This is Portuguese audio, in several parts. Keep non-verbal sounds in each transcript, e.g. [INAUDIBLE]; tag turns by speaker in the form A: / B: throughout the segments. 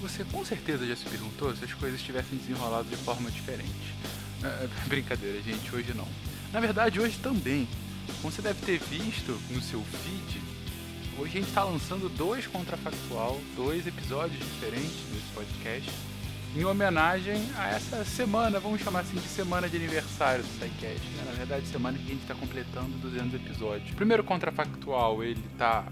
A: Você com certeza já se perguntou se as coisas tivessem desenrolado de forma diferente. Ah, [LAUGHS] brincadeira, gente, hoje não. Na verdade, hoje também. Como você deve ter visto no seu feed, hoje a gente está lançando dois contrafactual, dois episódios diferentes desse podcast, em homenagem a essa semana, vamos chamar assim de semana de aniversário do SciCast, né? Na verdade, semana que a gente está completando 200 episódios. O primeiro contrafactual, ele tá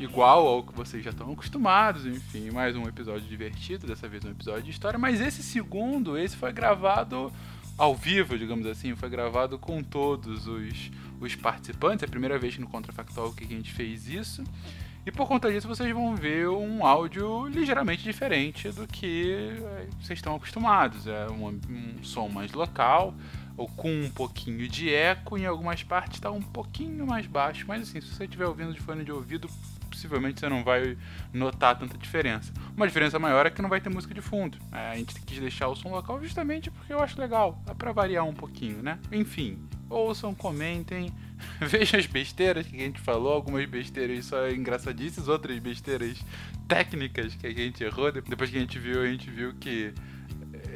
A: igual ao que vocês já estão acostumados, enfim, mais um episódio divertido, dessa vez um episódio de história, mas esse segundo, esse foi gravado ao vivo, digamos assim, foi gravado com todos os, os participantes, é a primeira vez no Contrafactual que a gente fez isso. E por conta disso vocês vão ver um áudio ligeiramente diferente do que eh, vocês estão acostumados. É um, um som mais local, ou com um pouquinho de eco, em algumas partes está um pouquinho mais baixo, mas assim, se você estiver ouvindo de fone de ouvido, possivelmente você não vai notar tanta diferença. Uma diferença maior é que não vai ter música de fundo. É, A gente quis deixar o som local justamente porque eu acho legal, dá pra variar um pouquinho, né? Enfim, ouçam, comentem, [LAUGHS] vejam as besteiras que a gente falou, algumas besteiras só engraçadíssimas, outras besteiras técnicas que a gente errou. De- Depois que a gente viu, a gente viu que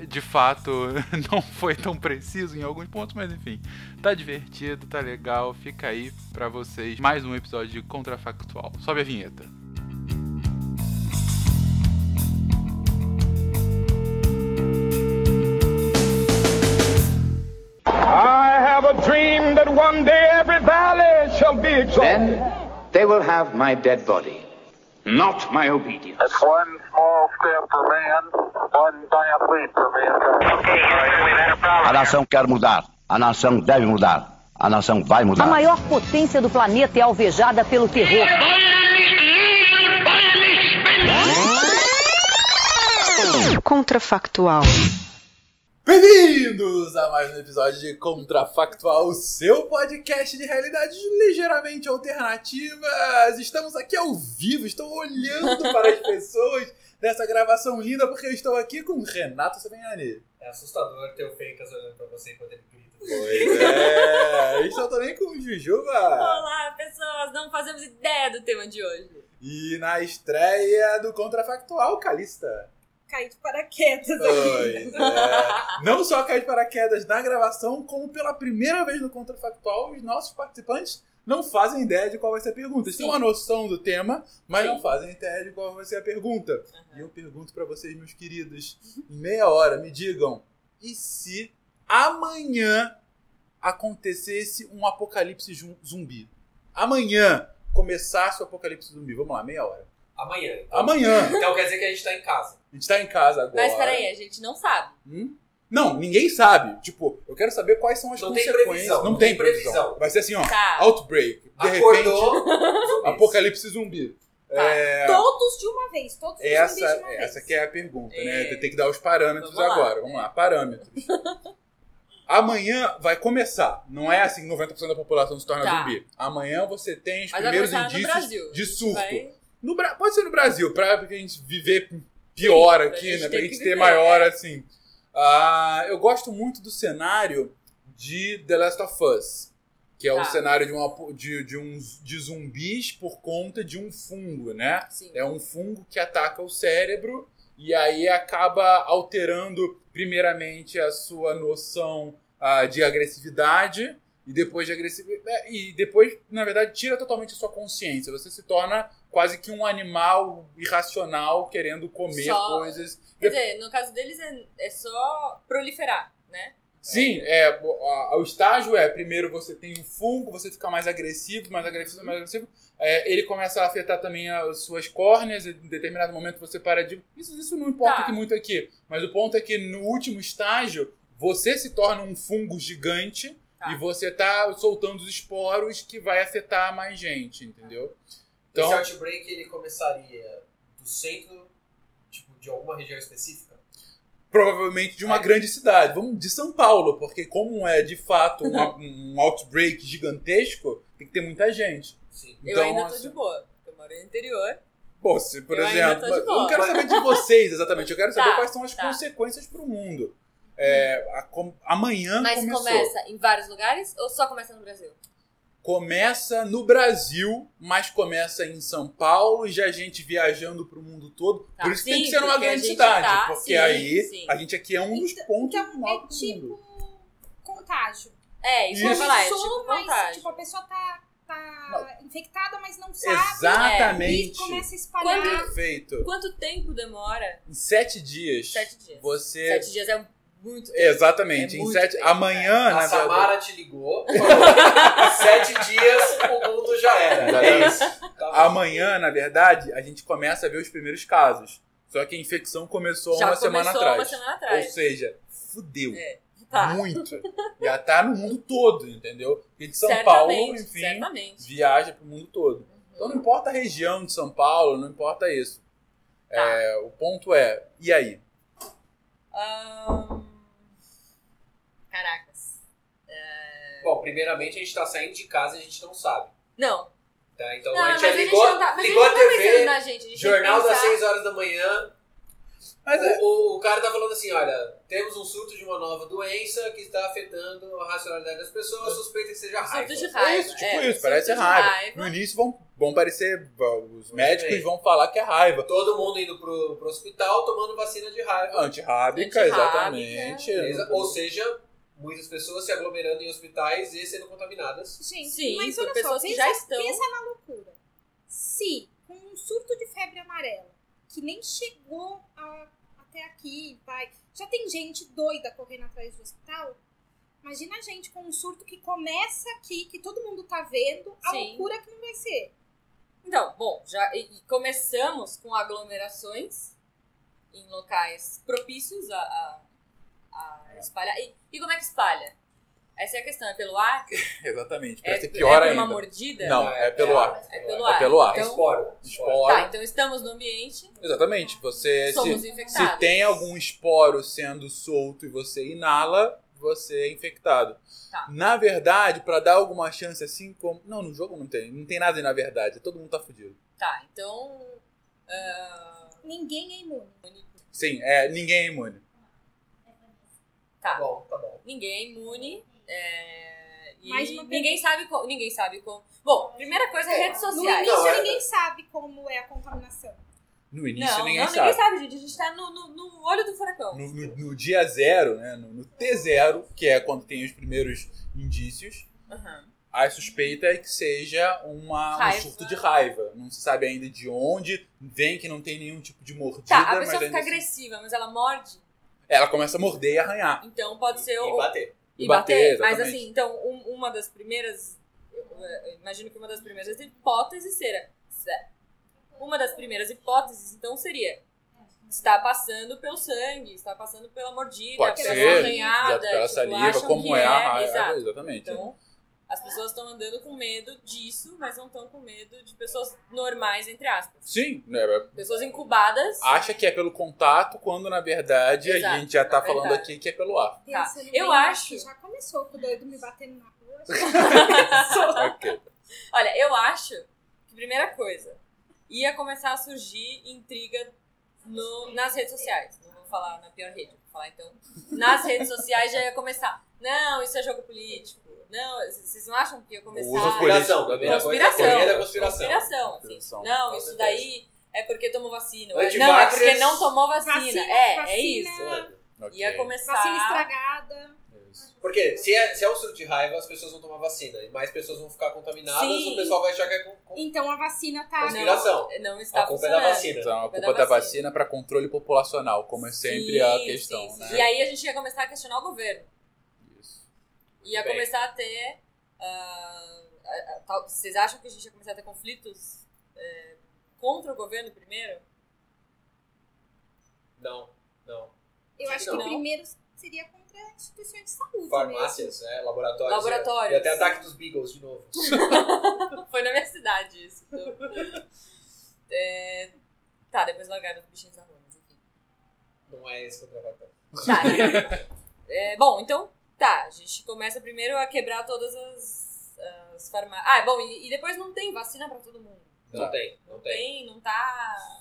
A: eh, de fato [LAUGHS] não foi tão preciso em alguns pontos, mas enfim, tá divertido, tá legal, fica aí pra vocês mais um episódio de Contrafactual. Sobe a vinheta.
B: I have a dream that one day every valley shall be exalted.
C: Then they will have my dead body, not my obedience.
D: That's one small step for man, one giant leap for mankind. Okay, Houston, we've had a problem.
E: A nação quer mudar. A nação deve mudar. A nação vai mudar.
F: A maior potência do planeta é alvejada pelo terror.
G: Contrafactual.
H: Bem-vindos a mais um episódio de Contrafactual, o seu podcast de realidades ligeiramente alternativas. Estamos aqui ao vivo, estou olhando para
I: [LAUGHS]
H: as pessoas dessa gravação linda porque eu estou aqui com Renato Sabignani.
I: É assustador ter o Fencas olhando pra você enquanto ele grita.
H: Pois é, estou também com Jujuba.
J: Olá, pessoas! Não fazemos ideia do tema de hoje.
H: E na estreia do Contrafactual, Calista.
J: Caí de paraquedas
H: Pois é. Não só cai de paraquedas na gravação, como pela primeira vez no Contrafactual, os nossos participantes não fazem ideia de qual vai ser a pergunta. Eles têm
J: Sim.
H: uma noção do tema, mas
J: Sim.
H: não fazem ideia de qual vai ser a pergunta.
I: Uhum.
H: E eu pergunto pra vocês, meus queridos, em meia hora, me digam, e se amanhã acontecesse um apocalipse zum- zumbi? Amanhã começasse o apocalipse zumbi. Vamos lá, meia hora.
I: Amanhã. Então,
H: Amanhã.
I: Então quer dizer que a gente tá em casa.
H: A gente tá em casa agora.
J: Mas peraí, a gente não sabe.
H: Hum? Não, ninguém sabe. Tipo, eu quero saber quais são as
I: Não tem
H: consequências.
I: previsão,
H: não,
I: não
H: tem
I: tem
H: previsão.
I: previsão.
H: Vai ser assim, ó.
J: Tá.
H: Outbreak. De repente,
I: Acordou. zumbis.
H: apocalipse zumbi.
J: Tá.
H: É,
J: Todos de uma vez, todos os zumbis
H: essa
J: de uma
H: essa
J: vez.
H: que é a pergunta, né?
J: É.
H: Tem que dar os parâmetros
J: Vamos lá.
H: agora. Vamos lá,
J: [LAUGHS]
H: parâmetros. Amanhã vai começar. Não é assim que 90% da população se torna
J: Tá.
H: zumbi. Amanhã você tem os
J: Mas vai
H: primeiros
J: começar no
H: indícios
J: Brasil.
H: de surto.
J: Vai-
H: No Bra- Pode ser no Brasil, pra a gente viver pior
J: Sim, pra
H: aqui,
J: gente
H: né?
J: ter
H: Pra
J: que
H: gente ter
J: viver,
H: maior,
J: é.
H: assim. Ah, eu gosto muito do cenário de The Last of Us. Que é o
J: Tá.
H: cenário de, uma, de, de, uns, de zumbis por conta de um fungo, né?
J: Sim.
H: É um fungo que ataca o cérebro e aí acaba alterando, primeiramente, a sua noção ah, de agressividade e depois de agressividade. E depois, na verdade, tira totalmente a sua consciência. Você se torna quase que um animal irracional querendo comer
J: Só-
H: coisas.
J: Quer dizer, no caso deles é, é só proliferar, né?
H: Sim, é, a- o estágio é primeiro você tem um fungo, você fica mais agressivo, mais agressivo, mais agressivo. É, ele começa a afetar também as suas córneas, em determinado momento você para de. Isso, isso não importa
J: Tá.
H: que muito aqui. Mas o ponto é que no último estágio, você se torna um fungo gigante
J: Tá.
H: e você tá soltando os esporos que vai afetar mais gente, entendeu? Então,
I: Esse outbreak ele começaria do centro, tipo, de alguma região específica. É.
H: provavelmente de uma
I: Aí.
H: grande cidade. Vamos de São Paulo, porque como é de fato
I: [LAUGHS]
H: uma- um outbreak gigantesco, tem que ter muita gente.
I: Sim.
J: Eu
H: Então,
J: ainda tô
H: assim-
J: de boa. Eu moro no interior.
H: Pô, se, por
J: Eu ainda
H: exemplo,
J: tô de
H: eu não
J: boa.
H: quero saber de vocês exatamente, eu quero saber
J: Tá,
H: quais são as
J: tá. Hum.
H: consequências pro mundo. É, a com- amanhã
J: Mas
H: começou.
J: começa em vários lugares ou só começa no Brasil?
H: começa no Brasil, mas começa em São Paulo e já a gente viajando pro mundo todo.
J: Tá,
H: Por isso tem
J: sim,
H: que ser uma
J: porque a
H: grande
J: gente
H: cidade,
J: tá-
H: porque
J: sim,
H: aí
J: sim.
H: a gente aqui é um dos
G: Então-
H: pontos
G: então,
H: novos
G: é
H: do mundo.
G: tipo contágio.
J: É, isso que eu ia
H: Isso.
J: falar, é tipo
G: Sou, mas,
J: contagem.
G: tipo, a pessoa tá, tá infectada, mas não
J: é,
G: sabe. E
H: Exatamente.
G: começa a espalhar.
J: Quando-
H: Perfeito.
J: Quanto tempo demora?
H: Em sete dias.
J: Sete dias.
H: Você.
J: Sete dias é muito.
H: Exatamente.
I: É
H: em
I: muito
H: sete...
I: tempo,
J: né?
H: Amanhã,
I: A
H: na verdade.
I: Samara te ligou, falou, sete dias, o mundo já era.
H: É
I: isso.
H: Amanhã, na verdade, a gente começa a ver os primeiros casos. Só que a infecção começou
J: Já
H: uma
J: começou
H: semana atrás.
J: uma semana atrás.
H: Ou seja, fudeu.
J: É. Tá.
H: Muito. Já tá no mundo todo, entendeu? Porque de São
J: certamente,
H: Paulo, enfim,
J: Certamente. Uhum.
H: viaja pro mundo todo. Então não importa a região de São Paulo, não importa isso.
J: Tá.
H: É, o ponto é, e aí?
J: Ahn, Caracas. É.
I: Bom, primeiramente a gente tá saindo de casa e a gente não sabe.
J: Não.
I: Tá? Então
J: não,
I: a
J: mas
I: gente já ligou,
J: a gente não tá, mas
I: ligou
J: a
I: a,
J: gente não tá pensando
I: TV,
J: na gente. A gente
I: jornal
J: tem que
I: das
J: pensar...
I: 6 horas da manhã.
H: Mas é,
I: O, o cara tá falando assim, olha, temos um surto de uma nova doença que está afetando a racionalidade das pessoas, suspeita que seja raiva.
J: Surto de
H: é
J: raiva.
H: isso, tipo
J: é,
H: isso, parece
J: surto de
H: raiva.
J: raiva.
H: No início vão, vão parecer, os médicos
I: bem.
H: vão falar que é raiva.
I: Todo mundo indo pro, pro hospital tomando vacina de raiva.
H: Antirrábica,
J: Antirrábica,
H: exatamente.
I: Beleza? Ou seja, muitas pessoas se aglomerando em hospitais e sendo contaminadas.
G: Gente,
J: Sim,
G: mas
J: por
G: olha só,
J: pessoas que
G: pensa,
J: já estão.
G: pensa na loucura. Se com um surto de febre amarela, que nem chegou a- até aqui, vai, já tem gente doida correndo atrás do hospital. Imagina a gente com um surto que começa aqui, que todo mundo tá vendo, a
J: Sim.
G: loucura que não vai ser.
J: Então, bom, já e- e começamos com aglomerações em locais propícios a, a- a espalhar. E, e como é que espalha? Essa é a questão, é pelo ar?
H: Exatamente,
J: É,
H: parece ser pior
J: é por
H: ainda.
J: uma mordida?
H: Não, é pelo ar.
J: É pelo
H: É
J: ar.
H: pelo ar.
I: É
J: Então,
I: esporo.
H: Esporo.
J: tá, então estamos no ambiente,
H: Exatamente. Você é
J: somos
H: se,
J: infectados.
H: se tem algum esporo sendo solto e você inala, você é infectado.
J: Tá.
H: Na verdade, pra dar alguma chance assim como. Não, no jogo não tem. Não tem nada na verdade. Todo mundo tá fudido.
J: Tá, então. ah,
G: Ninguém é imune.
H: Sim, é, ninguém é imune.
J: tá.
I: Bom, tá bom.
J: Ninguém é imune. é, e
G: Mais uma
J: ninguém sabe como. Ninguém sabe como. Bom, primeira coisa, redes
G: No
J: sociais.
G: início
I: Não, é-
G: ninguém sabe como é a contaminação.
H: No
J: Não,
H: início
J: não,
H: ninguém sabe.
J: gente. A gente tá no, no- no olho do furacão.
H: No, no- no dia zero, né? No, no T0, que é quando tem os primeiros indícios,
J: Aham.
H: a suspeita é que seja uma, um
J: Raiva.
H: surto de raiva. Não se sabe ainda de onde, vem que não tem nenhum tipo de mordida,
J: Tá, a
H: mas
J: pessoa
H: ainda
J: fica
H: assim-
J: agressiva, mas ela morde,
H: ela começa a morder e arranhar.
J: então pode ser
I: E
J: o-
I: bater.
J: e
H: e bater,
J: bater. mas
H: exatamente.
J: assim, então, um- uma das primeiras. eu, eh, Imagino que uma das primeiras hipóteses será. se- Uma das primeiras hipóteses, então, seria. Está passando pelo sangue, está passando pela mordida,
H: Pode
J: pela
H: ser,
J: arranhada,
H: exato, pela
J: tipo,
H: saliva,
J: acham
H: como
J: que
H: é, a raiva,
J: Exato.
H: exatamente.
J: Então, as pessoas estão andando com medo disso, mas não estão com medo de pessoas normais, entre aspas.
H: Sim, né,
J: Pessoas incubadas. [LAUGHS]
H: acha que é pelo contato, quando na verdade
J: Exato,
H: a gente já tá
J: na
H: falando
J: verdade.
H: aqui que é pelo ar.
J: Tá.
G: Pensando
J: Eu
G: bem,
J: acho-
G: Já começou com o doido me batendo na rua.
H: [LAUGHS] Ok.
J: Olha, eu acho que, primeira coisa, ia começar a surgir intriga no- nas redes sociais. Não vou falar na pior rede, vou falar então. Nas redes sociais já ia começar. Não, isso é jogo político. Não, c- vocês não acham que ia começar.
H: Uso político. é
I: Conspiração. primeira coisa,
J: Conspiração.
I: teoria da conspiração.
J: Conspiração, assim.
H: Conspiração.
J: Não,
I: Com
J: isso
I: certeza.
J: daí é porque tomou vacina.
I: Antivaxxers.
J: Não, é porque não tomou vacina.
G: Vacina,
J: é, é
G: vacina.
J: isso. Tá.
H: Ok.
J: Ia começar.
G: Vacina estragada.
H: Isso.
I: Porque se é, se é um surto de raiva, as pessoas vão tomar vacina. E mais pessoas vão ficar contaminadas,
J: Sim.
I: o pessoal vai achar que é com, com-
G: Então a vacina tá.
I: conspiração.
J: Não, não está
I: A culpa é da
J: funcionando.
I: vacina.
H: Então, a
J: Vai
H: culpa
J: dar
H: da
J: vacina.
H: vacina para controle populacional, como é sempre
J: Sim,
H: a questão,
J: sim,
H: né?
J: sim. E aí a gente ia começar a questionar o governo.
H: Isso.
J: Ia
I: Bem.
J: começar a ter. ah, a- a- tal- vocês acham que a gente ia começar a ter conflitos eh, contra o governo primeiro? [LAUGHS]
I: Não, não.
G: Eu acho
I: Não.
G: que primeiro seria contra instituições de saúde.
I: Farmácias, né? laboratórios.
J: Laboratórios.
I: E até ataque dos Beagles de novo.
J: Foi na minha cidade isso. então. Eh, tá, depois largaram os bichinhos na rua, mas enfim.
I: Não é esse que eu trabalho.
J: Tá. É, bom, então, tá. A gente começa primeiro a quebrar todas as, as farmácias.
I: Tá.
J: Ah, bom, e, e depois não tem vacina pra todo mundo.
I: Não tem, não tem.
J: Tem, não tá.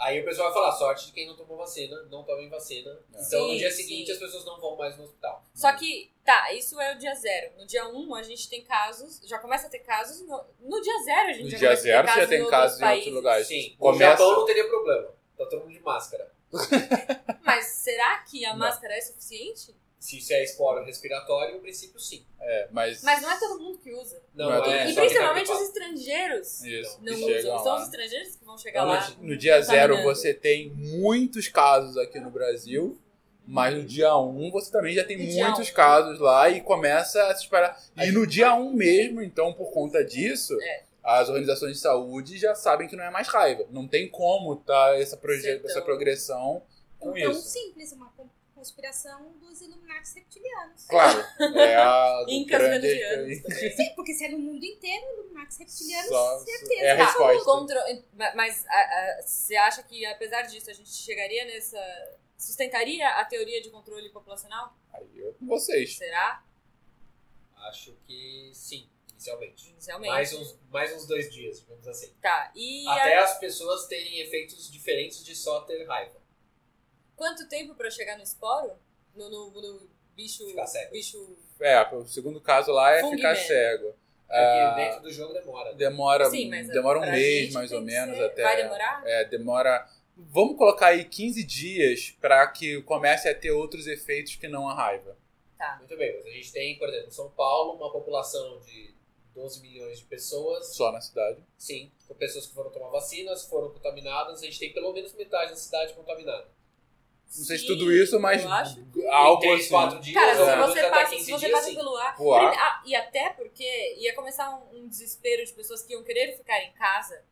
I: Aí o pessoal vai falar, sorte de quem não tomou vacina, não tomem vacina. Então
J: Sim,
I: no dia
J: sim.
I: seguinte as pessoas não vão mais no hospital.
J: Só que, tá, isso é o dia zero. No dia um, a gente tem casos, já começa a ter casos. No, no dia zero, a gente
H: No
J: já
H: dia
J: começa a ter
H: zero você já
J: casos
H: tem
J: em
H: casos em
J: outros
H: outros lugares.
I: Sim, o
H: Começa.
I: Japão não teria problema. Tá todo mundo de máscara.
J: países. Mas será que a
H: Não.
J: máscara é suficiente?
I: Se isso é esporo respiratório, no princípio sim.
H: É, mas.
J: Mas não é todo mundo que usa.
I: Não,
H: Não é todo
I: é,
H: mundo.
I: só quem
J: e
I: tá
J: principalmente os
I: gripado.
J: estrangeiros
H: Isso.
J: não
H: que
J: usam.
H: chegam
J: São
H: lá.
J: os estrangeiros que vão chegar
H: Então,
J: lá. tá
H: no, no dia zero
J: contaminando.
H: você tem muitos casos aqui no Brasil, mas no dia um você também já tem
J: No dia
H: muitos
J: um.
H: casos lá e começa a se espalhar. E no dia um mesmo, então, por conta disso,
J: É.
H: as organizações de saúde já sabem que não é mais raiva. Não tem como tá essa, proje-
J: Ser tão-
H: essa progressão com
G: Então,
H: isso.
G: simples, uma con- conspiração dos iluminados reptilianos.
H: Claro, é
J: [LAUGHS]
H: a do
J: Incas
H: grande-
J: venezianos também.
G: Sim, porque se é no mundo inteiro, iluminados reptilianos,
H: Só-
G: certeza.
H: é a
J: Tá,
H: resposta.
J: contro- ma- Mas a- a- você acha que, apesar disso, a gente chegaria nessa. Sustentaria a teoria de controle populacional?
H: Aí eu com vocês.
J: Será?
I: Acho que sim, inicialmente.
J: Inicialmente.
I: Mais uns, mais uns dois dias, digamos assim.
J: Tá. E
I: Até
J: a-
I: as pessoas terem efeitos diferentes de só ter raiva.
J: quanto tempo pra chegar no esporo? No, no- no bicho.
I: Ficar cego.
J: Bicho.
H: É, o segundo caso lá é
J: Fung
H: ficar
J: Man.
H: cego.
I: É
H: Ah,
I: que dentro do jogo demora.
H: Demora,
J: Sim, mas
H: demora um
J: pra
H: mês,
J: gente
H: mais
J: tem
H: ou
J: que
H: menos,
J: ser-
H: até.
J: Vai demorar?
H: É, demora. Vamos colocar aí 15 dias para que comece a ter outros efeitos que não a raiva.
J: Tá.
I: Muito bem, mas a gente tem, por exemplo, em São Paulo, uma população de 12 milhões de pessoas.
H: Só na cidade.
I: Sim, com pessoas que foram tomar vacinas, foram contaminadas. A gente tem pelo menos metade da cidade contaminada.
H: Não sei se
J: Sim,
H: tudo isso, mas
J: Eu acho.
H: algo
I: Três,
H: assim.
I: quatro dias, né? tá
J: Cara,
I: ou
J: se
H: é.
J: você
I: até
J: passa,
I: 15
J: se você
I: dias,
J: passa
I: sim.
J: pelo ar.
H: Pro ar.
J: Ah, e até porque ia começar um, um desespero de pessoas que iam querer ficar em casa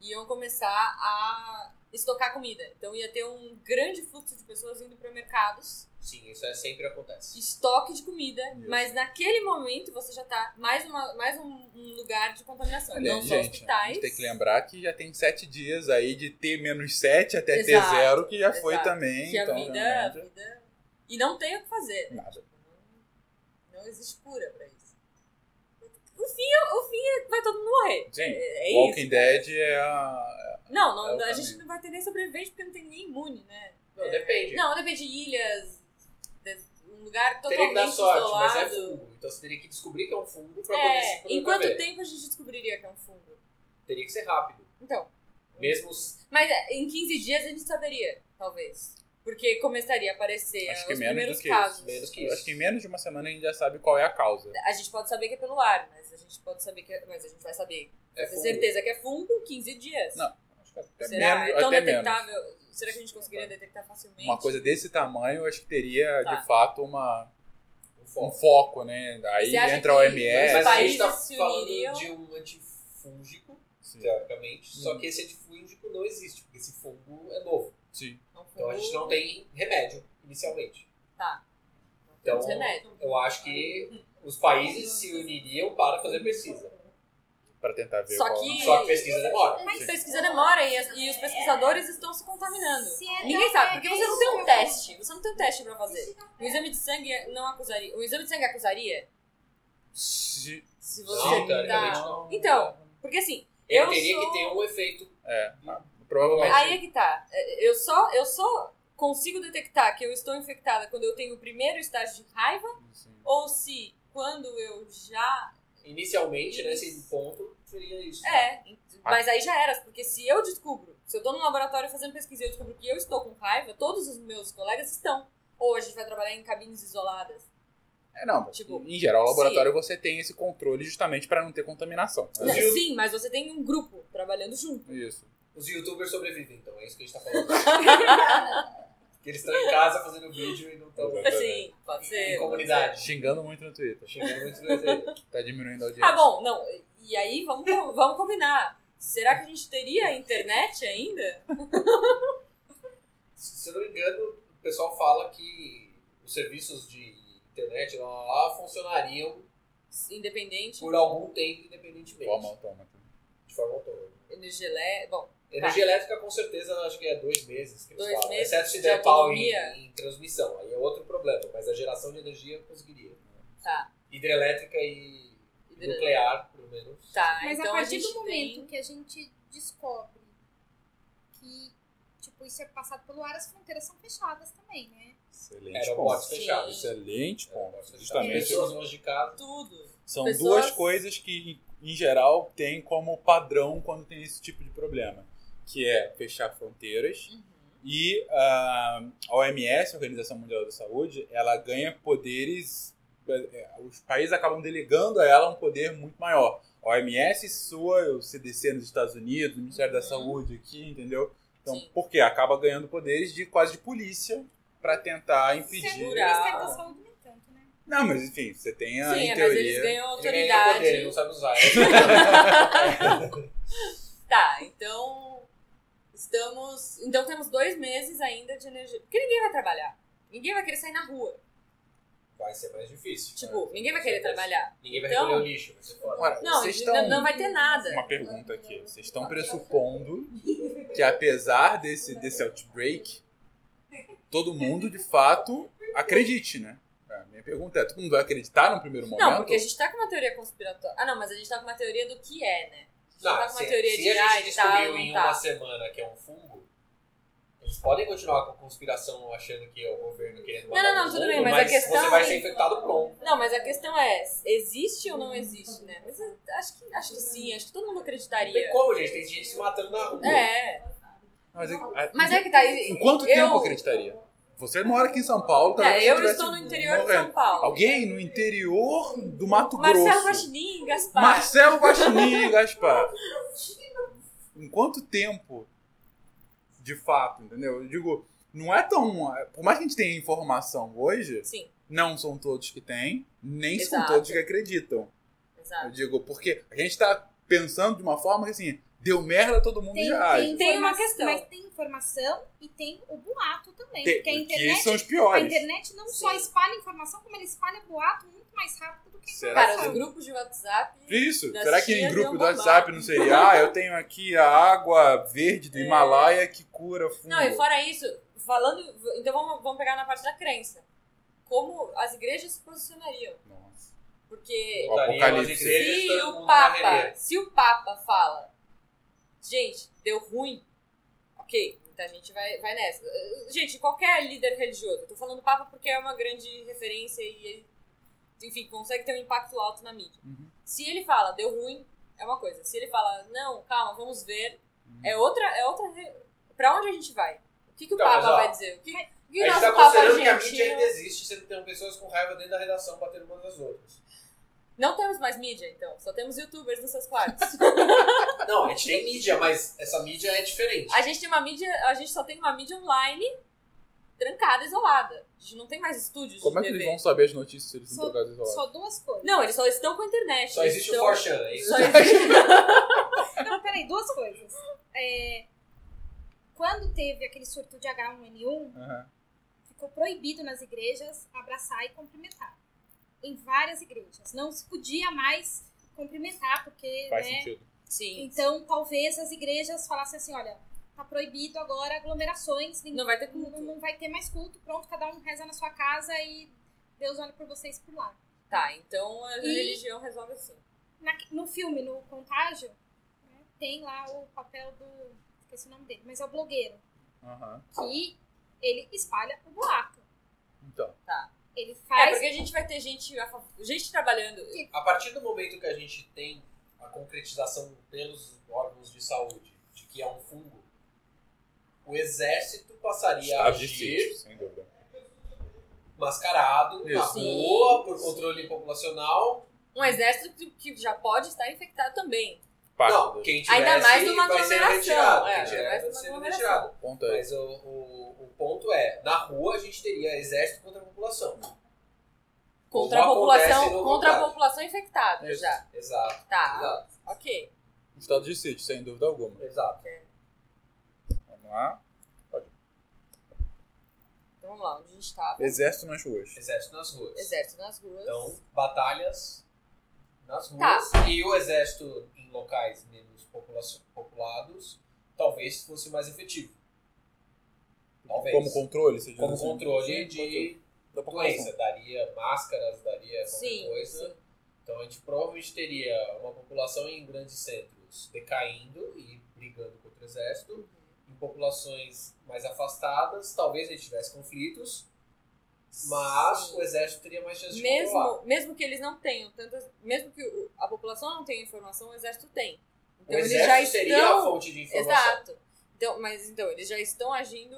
J: e iam começar a estocar comida. Então ia ter um grande fluxo de pessoas indo para mercados,
I: Sim, isso é, sempre acontece.
J: estoque de comida,
H: Isso.
J: mas naquele momento você já tá mais, uma, mais um, um lugar de contaminação.
H: Olha,
J: não só
H: gente, a
J: hospitais.
H: gente tem que lembrar que já tem 7 dias aí de T menos 7 até
J: Exato,
H: T zero, que já foi
J: exato.
H: também.
J: que a
H: então,
J: vida, a
H: realmente,
J: vida. E não tem o que fazer. né?
H: Nada.
J: Não existe cura pra isso. O fim, é- o fim é- vai todo mundo morrer.
H: Sim,
J: É, é
H: Walking
J: isso.
H: Dead é a.
J: Não,
H: É o
J: não a gente
H: caminho.
J: não vai ter nem sobrevivente porque não tem nem imune, né?
I: Não,
J: É,
I: depende.
J: Não, depende de ilhas, de um lugar
I: teria que dar
J: totalmente
I: sorte, mas é
J: isolado.
I: fungo. Então você teria que descobrir que é um fungo pra poder se
J: É, em quanto
I: proteger.
J: tempo a gente descobriria que é um fungo?
I: Teria que ser rápido.
J: Então,
I: Mesmo os-
J: mas é, em 15 dias a gente saberia, talvez. Porque começaria a
H: Acho
J: aparecer É os
H: que menos
J: primeiros
H: do que isso,
J: casos.
I: menos que
H: Eu
I: isso.
H: acho que em menos de uma semana a gente já sabe qual é a causa.
J: A gente pode saber que é pelo ar, mas a gente pode saber que é, mas a gente vai saber.
I: É
J: Vai ter
I: fungo.
J: certeza que é fungo 15 dias.
H: Não, Acho que até
J: Será?
H: menos-
J: é tão
H: até menos.
J: detectável? Será que a gente conseguiria detectar facilmente?
H: Uma coisa desse tamanho, acho que teria,
J: Tá.
H: de fato, uma,
I: Um
H: um
I: foco.
H: foco, né? Aí
J: Você acha
H: entra a
I: Mas
J: que-
H: OMS.
I: a gente tá
J: países se
I: falando
J: uniriam.
I: de um antifúngico, teoricamente.
J: Uhum.
I: Só que esse antifúngico não existe, porque esse fungo é novo.
H: Sim.
J: É um fungo.
I: Então a gente não tem remédio inicialmente.
J: Tá.
I: Então,
J: Temos remédio. Uhum.
I: eu acho que os países se uniriam para fazer pesquisa.
H: Pra tentar ver
J: Só
H: qual-
J: que-
I: Só que pesquisa demora.
J: Mas pesquisa demora e, as- e os pesquisadores estão se contaminando.
G: Se é
J: Ninguém
G: não
J: sabe,
G: é
J: porque você não tem um
G: isso.
J: teste. Você não tem um teste pra fazer. O exame de sangue não acusaria. O exame de sangue acusaria?
H: Se-
J: Se você
I: Não, teoricamente
J: tá.
I: não.
J: Então, porque assim,
I: Ele
J: eu
I: teria
J: sou-
I: que ter um efeito.
H: É, provavelmente.
J: Aí é que tá. Eu só, eu só consigo detectar que eu estou infectada quando eu tenho o primeiro estágio de raiva
H: Sim.
J: ou se quando eu já.
I: Inicialmente, nesse ponto, seria isso.
J: É, mas aí já era, porque se eu descubro, se eu tô num laboratório fazendo pesquisa e eu descubro que eu estou com raiva, todos os meus colegas estão. Ou a gente vai trabalhar em cabines isoladas.
H: É, não,
J: Tipo,
H: em geral, o
J: se-
H: laboratório você tem esse controle justamente pra não ter contaminação. né?
J: Não, [LAUGHS]
I: Viu?
J: sim, mas você tem um grupo trabalhando junto.
H: [LAUGHS] Isso.
I: Os youtubers sobrevivem, então. É isso que a gente tá falando. que eles estão em casa fazendo vídeo e não estão
J: Sim, pode
I: em
J: ser.
I: comunidade.
H: Xingando muito no Twitter.
I: Chegando muito no detalhe.
H: Tá diminuindo a audiência.
J: Ah, bom, não. E aí, vamos, co- vamos combinar. Será que a gente teria internet ainda?
I: Se se eu não me engano, o pessoal fala que os serviços de internet lá, lá, lá, funcionariam
J: Independente,
I: por algum tempo, independentemente.
H: Forma autômata.
I: De forma autônoma.
J: energia elétrica. Bom,
I: Energia elétrica, com certeza, acho que é dois meses que eles
J: Dois
I: falam.
J: meses
I: Exceto se
J: de
I: der pau em,
J: autonomia.
I: em transmissão. Aí é outro problema, mas a geração de energia eu conseguiria.
J: Tá.
I: Hidrelétrica e
J: Hidrelétrica.
I: nuclear, pelo menos.
J: tá.
G: Mas
J: então
G: a partir
J: gente
G: do momento
J: tem-
G: que a gente descobre que tipo, isso é passado pelo ar, as fronteiras são fechadas também, né?
H: Excelente
I: Aeroportos
H: ponto.
I: fechados.
H: Excelente ponto.
I: Aeroportos fechados.
H: Justamente.
I: Pessoas longe de casa.
J: Tudo.
H: São
J: Pessoas-
H: duas coisas que, em geral, tem como padrão quando tem esse tipo de problema. Que é fechar fronteiras.
J: Uhum.
H: E ah, a OMS, a Organização Mundial da Saúde, ela ganha poderes... eh, Os países acabam delegando a ela um poder muito maior. A OMS sua, o CDC nos Estados Unidos, o Ministério da Saúde aqui, entendeu? Então,
J: Uhum. Sim.
H: por quê? Acaba ganhando poderes de quase de polícia para tentar impedir...
G: Sendo o é um Ministério da Saúde nem tanto, né?
H: Não, mas enfim, você tem a,
J: Sim,
H: Ah, em
J: é, mas
H: teoria...
J: eles ganham
I: Ele ganha
J: autoridade.
I: poder, né? ele não sabe usar. é.
J: [LAUGHS] Tá, então. Estamos. Então temos dois meses ainda de energia. Porque ninguém vai trabalhar. Ninguém vai querer sair na rua.
I: Vai ser mais difícil. né?
J: Tipo, ninguém vai querer trabalhar.
I: Ninguém vai
J: Então-
I: recolher o lixo, vai ser foda.
H: Ora,
J: Não,
H: vocês
J: não-
H: estão-
J: não vai ter nada.
H: Uma pergunta aqui. Vocês estão pressupondo que apesar desse, desse outbreak, todo mundo de fato acredite, né? A minha pergunta é, todo mundo vai acreditar no primeiro momento?
J: Não, porque a gente tá com uma teoria conspiratória. Ah, não, mas a gente tá com uma teoria do que é, né? A gente
I: Não,
J: tá com uma
I: se,
J: teoria
I: se
J: de
I: a
J: ah,
I: gente
J: e tal,
I: descobriu em
J: não
I: uma
J: tá.
I: semana que é um fungo, eles podem continuar com a conspiração achando que é o governo querendo
J: Não,
I: matar
J: não, não,
I: todo
J: tudo
I: mundo,
J: bem, mas a questão
I: Você vai
J: é-
I: ser infectado pronto.
J: Não, mas a questão é, existe ou não existe, né? Mas eu acho que, acho que sim, acho que todo mundo
I: Não tem
J: acreditaria.
I: como, gente, tem gente se matando na rua.
J: É.
H: Mas, é- a-
J: Mas é que tá.
H: Em quanto
J: eu-
H: tempo acreditaria? Você mora aqui em São Paulo, talvez
J: É,
H: você
J: eu
H: tivesse
J: estou no interior de
H: morrendo.
J: São Paulo.
H: Alguém no interior do Mato
J: Marcelo
H: Grosso.
J: Guaxinim, Gaspar.
H: Marcelo
J: [LAUGHS]
H: Guaxinim, Gaspar. Em quanto tempo, de fato, entendeu? Eu digo, não é tão... Por mais que a gente tenha informação hoje,
J: Sim,
H: não são todos que têm, nem são
J: Exato.
H: todos que acreditam. Eu
J: exato.
H: digo, porque a gente tá pensando de uma forma que, assim, deu merda, todo mundo já age.
J: Tem uma
G: informa-
J: questão.
G: Mas tem informação e tem o boato também.
H: Tem-
G: porque a
H: que esses
G: internet,
H: são os
G: a
H: piores.
G: internet não só
J: Sim.
G: espalha informação, como ela espalha boato muito mais rápido do que a
H: Será
J: Cara,
G: informação.
J: os grupos de WhatsApp.
H: Isso,
J: Das
H: será que em
J: tias
H: grupo
J: iam
H: do
J: babar.
H: WhatsApp não seria? Ah, eu tenho aqui a água verde do Himalaia que cura fungo.
J: É. Não, e fora isso, falando. Então vamos, vamos pegar na parte da crença. Como as igrejas se posicionariam?
H: Nossa.
J: Porque
H: O Apocalipse.
I: As igrejas,
J: se
I: todo mundo
J: o
I: na
J: Papa,
I: rede.
J: se o Papa fala, gente, deu ruim, ok, muita gente vai, vai nessa. Eh, Gente, qualquer líder religioso, eu tô falando Papa porque é uma grande referência e ele, enfim, consegue ter um impacto alto na mídia.
I: Uhum.
J: Se ele fala, deu ruim, é uma coisa. Se ele fala, não, calma, vamos ver,
I: Uhum.
J: é outra, é outra, re- pra onde a gente vai? O que, que o
I: Então, mas,
J: Papa
I: ó,
J: vai dizer? O que, o que
I: A
J: o
I: gente
J: nosso
I: tá
J: Papa
I: considerando que a mídia é ainda
J: argentino...
I: existe, sendo que tem pessoas com raiva dentro da redação batendo umas nas outras.
J: Não temos mais mídia, então. Só temos youtubers nos seus quartos.
I: [LAUGHS] Não, a gente tem mídia, mas essa mídia é diferente.
J: A gente tem uma mídia, a gente só tem uma mídia online trancada, isolada. A gente não tem mais estúdios
H: Como é
J: de
H: que eles
J: TV.
H: vão saber as notícias se eles são
G: Só-
H: trocados isolados?
G: Só duas coisas.
J: Não, eles só estão com a internet.
I: Só
J: eles
I: existe o
J: estão...
I: Forchan, é isso?
J: então Só existe-
I: [LAUGHS]
G: Não, peraí, duas coisas. É, quando teve aquele surto de H1N1,
H: Aham.
G: ficou proibido nas igrejas abraçar e cumprimentar. Em várias igrejas. Não se podia mais cumprimentar, porque.
H: Faz
G: né,
H: sentido.
J: Sim.
G: então, talvez as igrejas falassem assim: olha, tá proibido agora aglomerações, ninguém-
J: Não vai ter
G: não,
J: culto.
G: não vai ter mais culto, pronto, cada um reza na sua casa e Deus olha por vocês por lá.
J: Tá, então a
G: E-
J: religião resolve assim.
G: Na- no filme, no Contágio, né, tem lá o papel do. Esqueci o nome dele, mas é o blogueiro.
H: Aham.
G: Que ele espalha o boato.
H: Então,
G: Ele
J: É,
G: faz.
J: porque a gente vai ter gente, a favor- gente trabalhando.
I: A partir do momento que a gente tem a concretização pelos órgãos de saúde de que é um fungo, o exército passaria a
H: estado de
I: agir
H: sítio, sem dúvida.
I: mascarado, na
H: Isso.
I: rua, por controle populacional.
J: Um exército que- que já pode estar infectado também.
H: Parte
I: Não,
H: do-
I: quem tivesse
J: Ainda mais numa
I: vai ser
J: aglomeração,
I: retirado.
J: é,
I: quem tiver
J: vai ser
I: vai
J: numa
I: ser
J: aglomeração.
I: retirado.
H: ponto é.
I: Mas o, o, o ponto é, na rua a gente teria exército contra a população.
J: Contra a
I: Como acontece
J: população,
I: no
J: contra a
I: Contágio.
J: população infectada
H: Isso.
J: já.
I: Exato.
J: Tá,
I: Exato.
J: ok.
H: Um estado de sítio, sem dúvida alguma.
I: Exato.
H: Vamos lá.
J: Então vamos lá, onde a gente tava.
H: Exército nas ruas.
I: Exército nas ruas.
J: Exército nas ruas.
I: Então, batalhas nas
J: Tá.
I: ruas. E o exército em locais menos popula- populados talvez fosse mais efetivo. Talvez.
H: Como controle, você diz
I: Como
H: assim?
I: controle
H: Sim,
I: de
H: da população.
I: doença. Daria máscaras, daria qualquer
J: Sim,
I: coisa.
J: sim.
I: Então a gente provavelmente
J: Uhum.
I: teria uma população em grandes centros decaindo e brigando contra o exército. em populações mais afastadas, talvez ele tivesse conflitos, mas o exército teria mais chance de controlar.
J: Mesmo, mesmo que eles não tenham tantas. Mesmo que o- a população não tenha informação, o exército tem. Então
I: o
J: eles
I: exército
J: já
I: seria a
J: estão.
I: fonte de informação.
J: Exato. Então, mas então, eles já estão agindo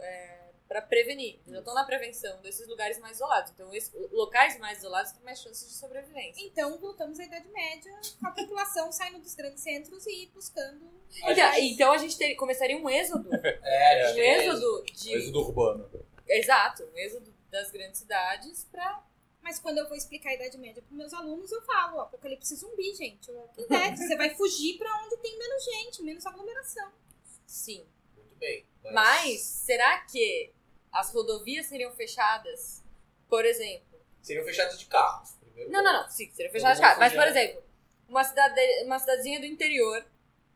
J: é, para prevenir. Eles já estão na prevenção desses lugares mais isolados. Então, esses locais mais isolados têm mais chances de sobrevivência.
G: Então, voltamos à Idade Média, com a população saindo dos grandes centros e buscando.
I: A
J: Então,
I: gente-
J: então a gente ter- começaria um êxodo.
I: [LAUGHS] É,
J: Um êxodo de.
H: Êxodo urbano.
J: Exato, um êxodo das grandes cidades para.
G: Mas quando eu vou explicar a Idade Média para meus alunos, eu falo: ó, apocalipse zumbi, gente. O que acontece? Você vai fugir para onde tem menos gente, menos aglomeração.
J: Sim.
I: Muito bem.
J: Mas será que as rodovias seriam fechadas? Por exemplo.
I: Seriam fechados de carros, primeiro.
J: Não, não, não. Sim, seria fechada de casa. Mas, por exemplo, uma, cidade, uma cidadezinha do interior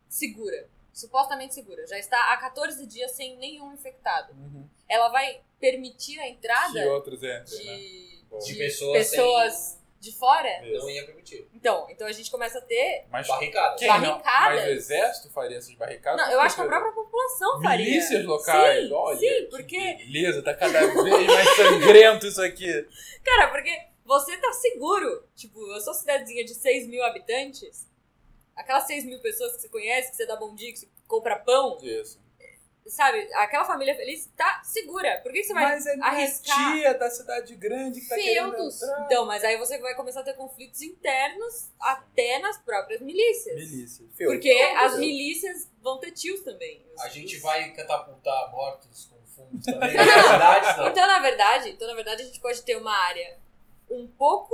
J: segura, supostamente segura, já está há 14 dias sem nenhum infectado.
H: Uhum.
J: Ela vai permitir a
H: Que
J: entrada
H: outros entrem, né?
J: de,
H: Bom.
I: De
J: de
I: pessoas
J: pessoas de fora?
H: Isso.
I: Não ia permitir.
J: Então, então a gente começa a ter.
H: Mas
I: Barricada.
H: quem não?
J: Barricadas.
H: Mas o exército faria essas barricadas?
J: Não, eu acho que a própria população faria.
H: Milícias locais,
J: sim,
H: olha.
J: Sim,
H: que
J: porque
H: Beleza, tá cada vez mais sangrento isso aqui.
J: Cara, porque você tá seguro. Tipo, a sua cidadezinha de 6 mil habitantes, aquelas 6 mil pessoas que você conhece, que você dá bom dia, que você compra pão,
H: Isso.
J: sabe? Aquela família feliz tá segura. Por que que você vai
H: Mas é minha
J: arriscar?
H: tia da cidade grande que tá querendo
G: Feudos.
H: entrar.
J: Então, mas aí você vai começar a ter conflitos internos até nas próprias milícias.
H: Milícias.
J: Porque as milícias vão ter tios também.
I: A gente vai catapultar mortos com
J: [LAUGHS]
I: fundos também. Na verdade, não.
J: Então, na verdade, então, na verdade, a gente pode ter uma área um pouco.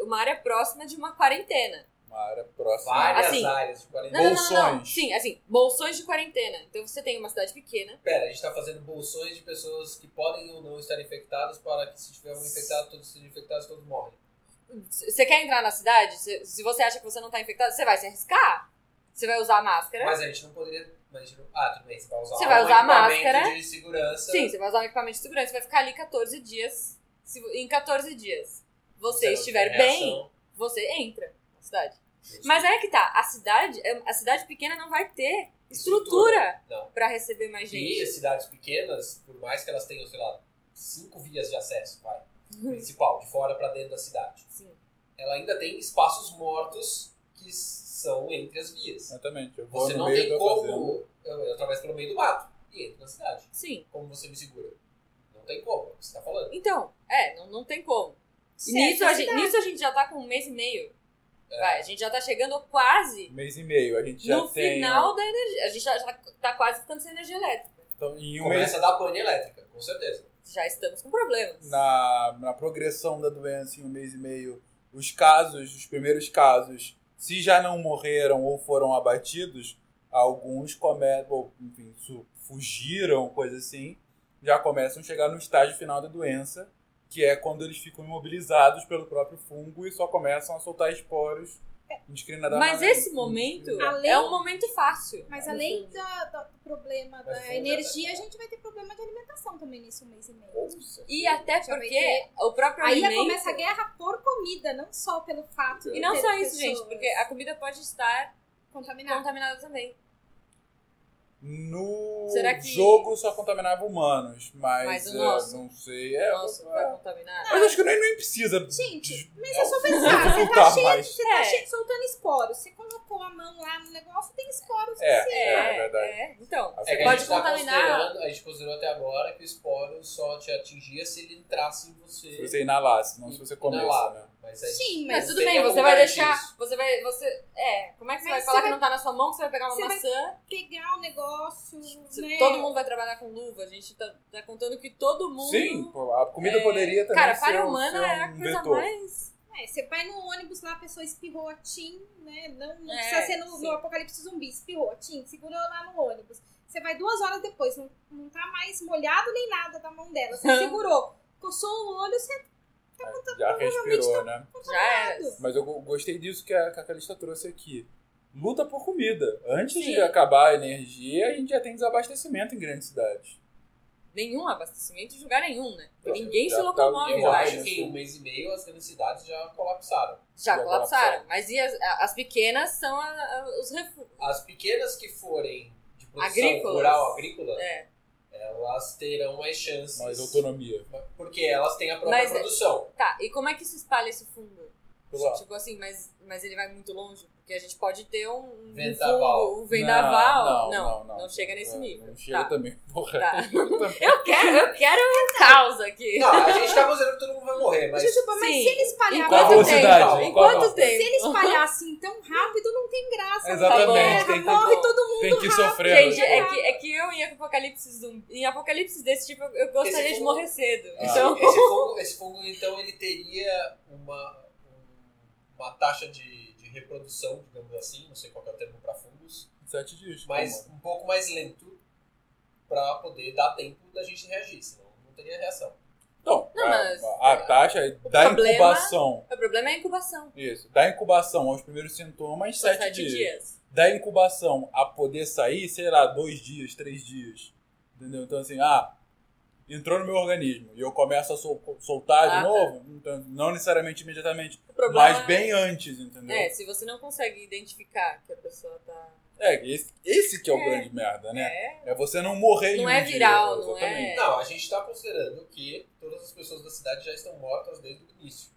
J: Uma área próxima de uma quarentena.
H: Uma área próxima.
I: Várias
J: Assim.
I: áreas de quarentena.
J: Não, não, não, não, não.
H: Bolsões.
J: Sim, assim, bolsões de quarentena. Então você tem uma cidade pequena.
I: Pera, a gente tá fazendo bolsões de pessoas que podem ou não estar infectadas para que se tiver um infectado, todos serem infectados, todos morrem.
J: C- Você quer entrar na cidade? Se se você acha que você não tá infectado, você vai se arriscar. Você vai usar máscara.
I: Mas a gente não poderia... Mas a gente não... Ah, tudo bem, você vai usar
J: É. Você
I: um
J: vai usar a
I: equipamento
J: máscara.
I: de segurança.
J: Sim, você vai usar um equipamento de segurança. Você vai ficar ali 14 dias. Se, vo- em 14 dias você
I: não
J: estiver
I: tem
J: bem,
I: reação.
J: você entra na cidade. Mas aí que tá. A cidade, a cidade pequena não vai ter estrutura
I: Não.
J: pra receber mais
I: E
J: gente.
I: as cidades pequenas, por mais que elas tenham, sei lá, cinco vias de acesso,
J: [LAUGHS]
I: vai, principal, de fora pra dentro da cidade,
J: Sim.
I: ela ainda tem espaços mortos que s- são entre as vias.
H: Exatamente. Eu vou
I: Você
H: Tá. no
I: não
H: meio
I: tem
H: da fazenda.
I: como. Eu, eu atravesso pelo meio do mato e entro na cidade.
J: Sim.
I: Como você me segura? Não tem como, é o que você tá falando.
J: Então, é, não, não tem como. E
G: é
J: nisso, a gente, nisso a gente já tá com um mês e meio. Vai, a gente já tá chegando quase
H: um Mês e meio. A gente já
J: no
H: tem. né?
J: final da energia. A gente já, já tá quase ficando sem energia elétrica.
H: Então, em um mês
I: Começa a dar pane elétrica, com certeza.
J: Já estamos com problemas.
H: na, na progressão da doença em um mês e meio, os casos, os primeiros casos, se já não morreram ou foram abatidos, alguns começam, enfim, su- fugiram, coisa assim, já começam a chegar no estágio final da doença, que é quando eles ficam imobilizados pelo próprio fungo e só começam a soltar esporos indiscriminadamente.
J: É. Mas esse momento
G: Além-
J: é um momento fácil.
G: Mas além da- da- do problema
I: Mas
G: da
I: foi
G: energia, a
I: já-
G: gente vai ter problema de alimentação também nesse um mês e meio.
H: Ouça.
J: E até
G: Já vai
J: porque
G: ter-
J: o próprio
G: Aí
J: alimento...
G: começa a guerra por comida, não só pelo fato de
J: E não
G: ter
J: só isso,
G: pessoas
J: gente, porque a comida pode estar
G: contaminadas.
J: contaminada também.
H: No
J: Será que-
H: jogo só contaminava humanos, mas,
J: Mas o
H: eh,
J: nosso?
H: não sei. É,
J: Nossa, vai contaminar.
H: Mas acho que nem, nem precisa.
G: Gente,
H: mas
G: Se você pensar, você tá
H: voltar
G: cheio,
H: mais.
G: você tá
J: É.
G: cheio- soltando esporos. Você colocou a mão lá no negócio, tem esporos.
H: É,
J: É,
H: é, verdade.
J: é. Então,
H: É
J: você
H: que a
J: pode
H: gente tá
J: contaminar...
I: considerando- a gente considerou até agora que o esporo só te atingia se ele entrasse em você.
H: Se você inalasse, não se você comesse,
I: Inalava.
H: né?
I: Mas aí,
G: Sim,
J: Mas
G: mas
J: tudo
I: Tem
J: bem,
I: algum
J: você vai
I: lugar
J: deixar.
I: disso.
J: Você vai. Você. É, como é que você
G: Mas
J: vai falar
G: você
J: que
G: vai-
J: não tá na sua mão? que Você vai pegar uma
G: você vai-
J: maçã.
G: pegar o negócio,
J: você-
G: né?
J: Todo mundo vai trabalhar com luva. A gente tá, tá contando que todo mundo.
H: Sim, pô, a comida
J: é,
H: poderia também
J: Cara,
H: ser,
J: para
H: um-
J: humana
H: ser um
J: é a coisa
H: vetor.
J: mais.
G: É, você vai no ônibus lá, a pessoa espirrou a Tim, né? Não, não
J: É,
G: precisa ser no,
J: sim.
G: no apocalipse zumbi, espirrou a Tim, segurou lá no ônibus. Você vai duas horas depois, não, não tá mais molhado nem nada da mão dela.
J: [LAUGHS]
G: Você segurou, coçou o olho, você é
H: Já respirou, né?
J: Já é, era.
H: Mas eu go- gostei disso que a Cacalista trouxe aqui. Luta por comida. Antes
J: Sim.
H: de acabar a energia, a gente já tem desabastecimento em grandes cidades.
J: Nenhum abastecimento de lugar nenhum, né?
H: Já-
J: Ninguém
H: já
J: se
H: tá-
J: locomove
H: vai,
I: eu
J: lá.
I: acho
H: né?
I: que em um mês e meio as grandes cidades já colapsaram.
J: Já
H: já
J: colapsaram.
H: colapsaram.
J: Mas e as, a- as pequenas são a- a- os refúgios.
I: As pequenas que forem de produção
J: Agrícolas.
I: rural agrícola,
J: É.
I: elas terão mais chances.
H: Mais autonomia.
I: Porque elas têm a própria
J: Mas é-
I: produção.
J: Tá, e como é que se espalha esse fungo?
I: Pula.
J: Tipo assim, mas, mas ele vai muito longe? Porque a gente pode ter um, um
I: Vendaval.
J: fungo, um vendaval.
H: Não, não, não, não.
J: chega nesse
H: É,
J: nível.
H: Não chega
J: Tá,
H: também, porra.
J: tá.
H: [LAUGHS]
J: Eu quero, eu quero um caos aqui.
I: Não, a gente tá considerando que todo mundo vai morrer, mas
G: Jujuba, mas
J: Sim.
G: se ele espalhar
J: Em
H: Qual a
J: quanto
H: velocidade?
J: tempo? Em
H: Qual a
J: quanto
G: Se
J: tempo? [LAUGHS]
G: ele espalhar assim tão rápido, não tem graça.
H: [LAUGHS] Exatamente,
G: Terra,
H: tem que-
G: morre todo mundo
H: Tem que né? ir
G: rápido.
H: sofrendo.
J: Gente, é que, é que eu em apocalipse zumbi, em apocalipse desse tipo, eu eu gostaria
I: Esse
J: de
I: fungo-
J: morrer cedo.
H: Ah.
I: esse,
J: Então,
I: esse fungo, esse fungo, então, ele teria uma, um- uma taxa de, de reprodução, digamos assim, não sei qual que é o termo para fungos,
H: Sete dias. né,
I: mas um pouco mais lento para poder dar tempo da gente reagir, senão não teria reação.
H: Então,
J: Não,
H: a,
J: mas-
H: a taxa é da
J: problema-
H: incubação.
J: o problema é a incubação.
H: Isso. Da incubação aos primeiros sintomas,
J: São
H: sete, dias. Da incubação a poder sair, sei lá, dois dias, três dias. Entendeu? Então, assim, ah, entrou no meu organismo e eu começo a sol- soltar
J: Ah,
H: de
J: tá.
H: novo, então, não necessariamente imediatamente,
J: O problema
H: mas bem antes, entendeu?
J: é, se você não consegue identificar que a pessoa tá...
H: É, esse, esse que é o
J: É.
H: grande merda, né?
J: É,
H: É você não morrer em
J: Não
H: um
J: é
H: dia,
J: viral, não
H: exatamente.
J: É.
I: Não, a gente tá considerando que todas as pessoas da cidade já estão mortas desde o início.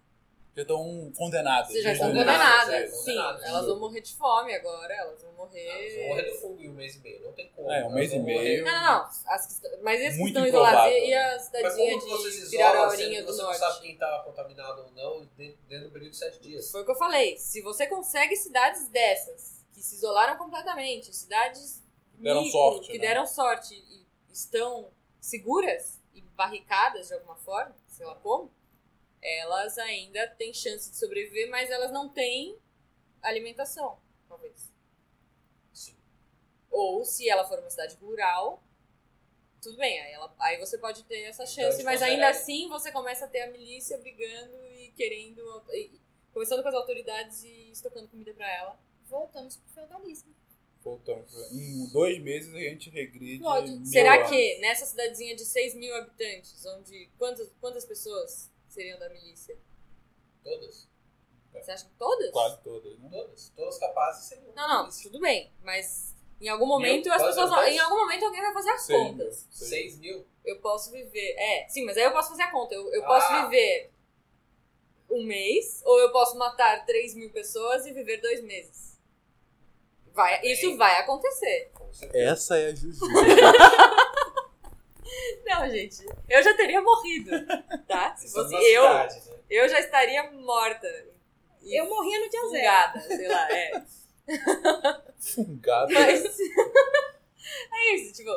H: Já estão condenados.
J: você já
H: desde
J: está
H: o início.
I: condenadas,
J: condenada.
I: é,
H: né?
J: Sim,
I: condenadas.
J: elas vão morrer de fome agora, elas vão
I: Elas Tá? vão morrer
J: morrer...
I: do fungo em um mês e meio, não tem como.
H: É, um
I: Elas
H: mês e
I: vão
H: meio.
I: morrer.
J: É. Não, não, não. As que estão- mas esses que
H: Muito
J: estão
H: improvável.
J: isoladas e, e a
I: Mas
J: cidadinha
I: como que vocês
J: de Piraraurinha
I: isolam,
J: do
I: você não
J: Norte?
I: sabe quem tá contaminado ou não dentro, dentro do período de sete dias?
J: Foi o que eu falei. Se você consegue cidades dessas, que se isolaram completamente, cidades
H: Deram
J: micro,
H: sorte,
J: que
H: né?
J: deram sorte e estão seguras e barricadas de alguma forma, sei lá como, elas ainda têm chance de sobreviver, mas elas não têm alimentação, talvez.
I: Sim.
J: Ou se ela for uma cidade rural, tudo bem, aí, ela- aí você pode ter essa
I: Então,
J: chance,
I: eles
J: mas
I: consideram-
J: ainda assim você começa a ter a milícia brigando e querendo. e- começando com as autoridades e estocando comida pra ela.
G: Voltamos pro feudalismo.
H: Voltamos. Em dois meses a gente regride.
J: Pode.
H: mil
J: Será
H: anos.
J: que nessa cidadezinha de 6 mil habitantes, onde quantas, quantas pessoas seriam da milícia?
I: Todas? É.
J: Você acha que todas?
H: Quase todas, né?
I: Todas. Todas capazes seriam.
J: Não, não,
I: Isso.
J: tudo bem, mas em algum momento
I: Mil?
J: as pessoas. vão-
I: Quase
J: Em algum momento alguém vai fazer as
H: Seis mil.
J: contas.
H: Seis.
I: Seis mil?
J: Eu posso viver. É, sim, mas aí eu posso fazer a conta. Eu, eu posso
I: Ah.
J: viver um mês, ou eu posso matar 3 mil pessoas e viver dois meses. Vai, isso vai acontecer.
I: Com certeza.
H: Essa é a Juju.
J: [LAUGHS] Não, gente, eu já teria [LAUGHS] morrido, tá? Se
I: Estamos
J: fosse
I: na
J: eu,
I: é cidade, né?
J: eu já estaria morta. E
G: Eu morria no dia zero.
J: fungada, sei lá, é.
H: Fungado.
J: Mas. [LAUGHS] é isso, tipo.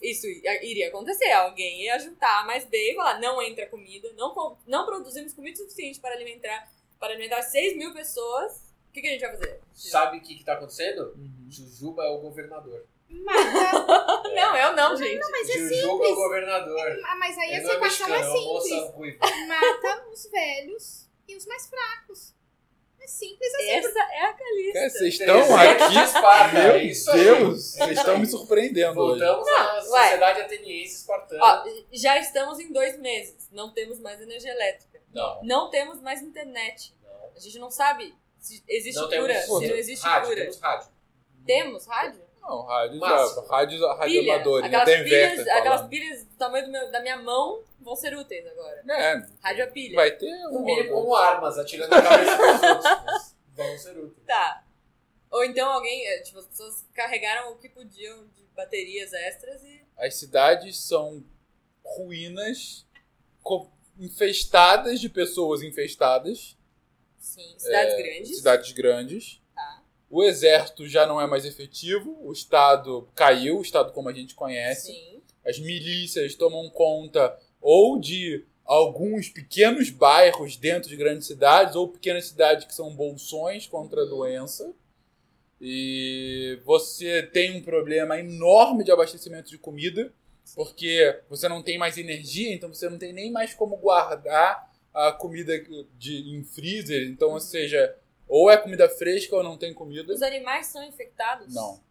J: Isso iria acontecer. Alguém ia juntar mais D e falar: não entra comida, não, com- não produzimos comida suficiente para alimentar, para alimentar 6 mil pessoas. O que, que a gente vai fazer?
I: Sabe o que, que tá acontecendo?
H: Uhum.
I: Jujuba é o governador.
G: Mas,
J: Não, eu É. não, gente.
G: mas é
I: Jujuba é o
G: simples.
I: governador.
G: Ah, Mas aí
I: [LAUGHS] Ele
G: essa
I: não é
G: equação
I: mexicano,
G: é
I: é um moço
G: simples.
I: ruivo.
G: Mata os velhos e os mais fracos. É simples assim.
J: Essa é a
H: Cara,
J: Calista.
H: vocês estão
I: Trezentos
H: Então,
I: de
H: aqui.
I: Esparta,
H: Meu
I: é isso aí.
H: Deus,
I: É
H: vocês
I: isso
H: estão
I: aí.
H: me surpreendendo. hoje.
I: Voltamos à
J: Não, ué.
I: sociedade ateniense espartana.
J: Ó, já estamos em dois meses. Não temos mais energia elétrica.
I: não.
J: Não temos mais internet.
I: Não.
J: A gente não sabe se existe
I: Não
J: cura,
I: temos
J: se não existe
I: rádio,
J: cura.
I: temos rádio.
J: Temos rádio?
H: Não, rádio,
I: Máximo.
H: já, rádio, rádio
J: pilha,
H: amadores, né?
J: aquelas,
H: Tem
J: pilhas,
H: Werther
J: aquelas
H: falando.
J: pilhas do tamanho do meu- da minha mão vão ser úteis agora.
H: É,
J: Rádio a pilha.
H: vai ter
I: No
H: um
I: mínimo como armas, atirando na cabeça dos outros.
J: [LAUGHS]
I: mas Vão ser úteis.
J: Tá. Ou então alguém, é, tipo, as pessoas carregaram o que podiam de baterias extras e.
H: As cidades são ruínas co- infestadas de pessoas infestadas.
J: Sim, cidades
H: é,
J: grandes.
H: Cidades grandes.
J: Tá.
H: O exército já não é mais efetivo, o Estado caiu, o Estado como a gente conhece.
J: Sim.
H: As milícias tomam conta ou de alguns pequenos bairros dentro de grandes cidades, ou pequenas cidades que são bolsões contra a doença. E você tem um problema enorme de abastecimento de comida, porque você não tem mais energia, então você não tem nem mais como guardar a comida de, em freezer. Então, ou seja, ou é comida fresca ou não tem comida.
J: Os animais são infectados?
H: Não.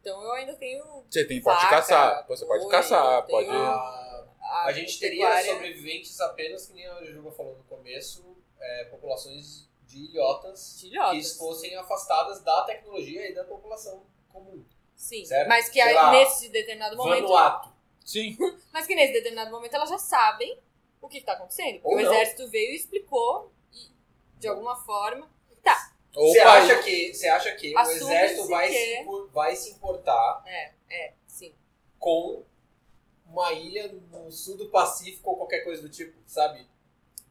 J: Então eu ainda tenho.
H: Você tem, pode
J: Vaca,
H: caçar, você pode
J: boi,
H: caçar,
J: tem
H: pode.
I: A,
J: A,
I: Ah, a gente teria
J: Ah, pecuária.
I: sobreviventes apenas, que nem a Juba falou no começo, é, populações de ilhotas,
J: De ilhotas.
I: que fossem afastadas da tecnologia e da população comum.
J: Sim.
I: Certo?
J: Mas que
I: Sei
J: aí,
I: lá,
J: nesse determinado momento.
I: Vanuatu. [LAUGHS]
H: Sim.
J: Mas que nesse determinado momento elas já sabem o que está acontecendo.
I: Ou
J: Porque o
I: não.
J: exército veio e explicou e, de alguma forma. Tá,
H: Ou
I: Você
H: país.
I: acha que, você acha que o
J: Assume-se
I: exército vai,
J: que-
I: se, impor- vai se importar
J: é, é, sim.
I: com uma ilha no sul do Pacífico ou qualquer coisa do tipo, sabe?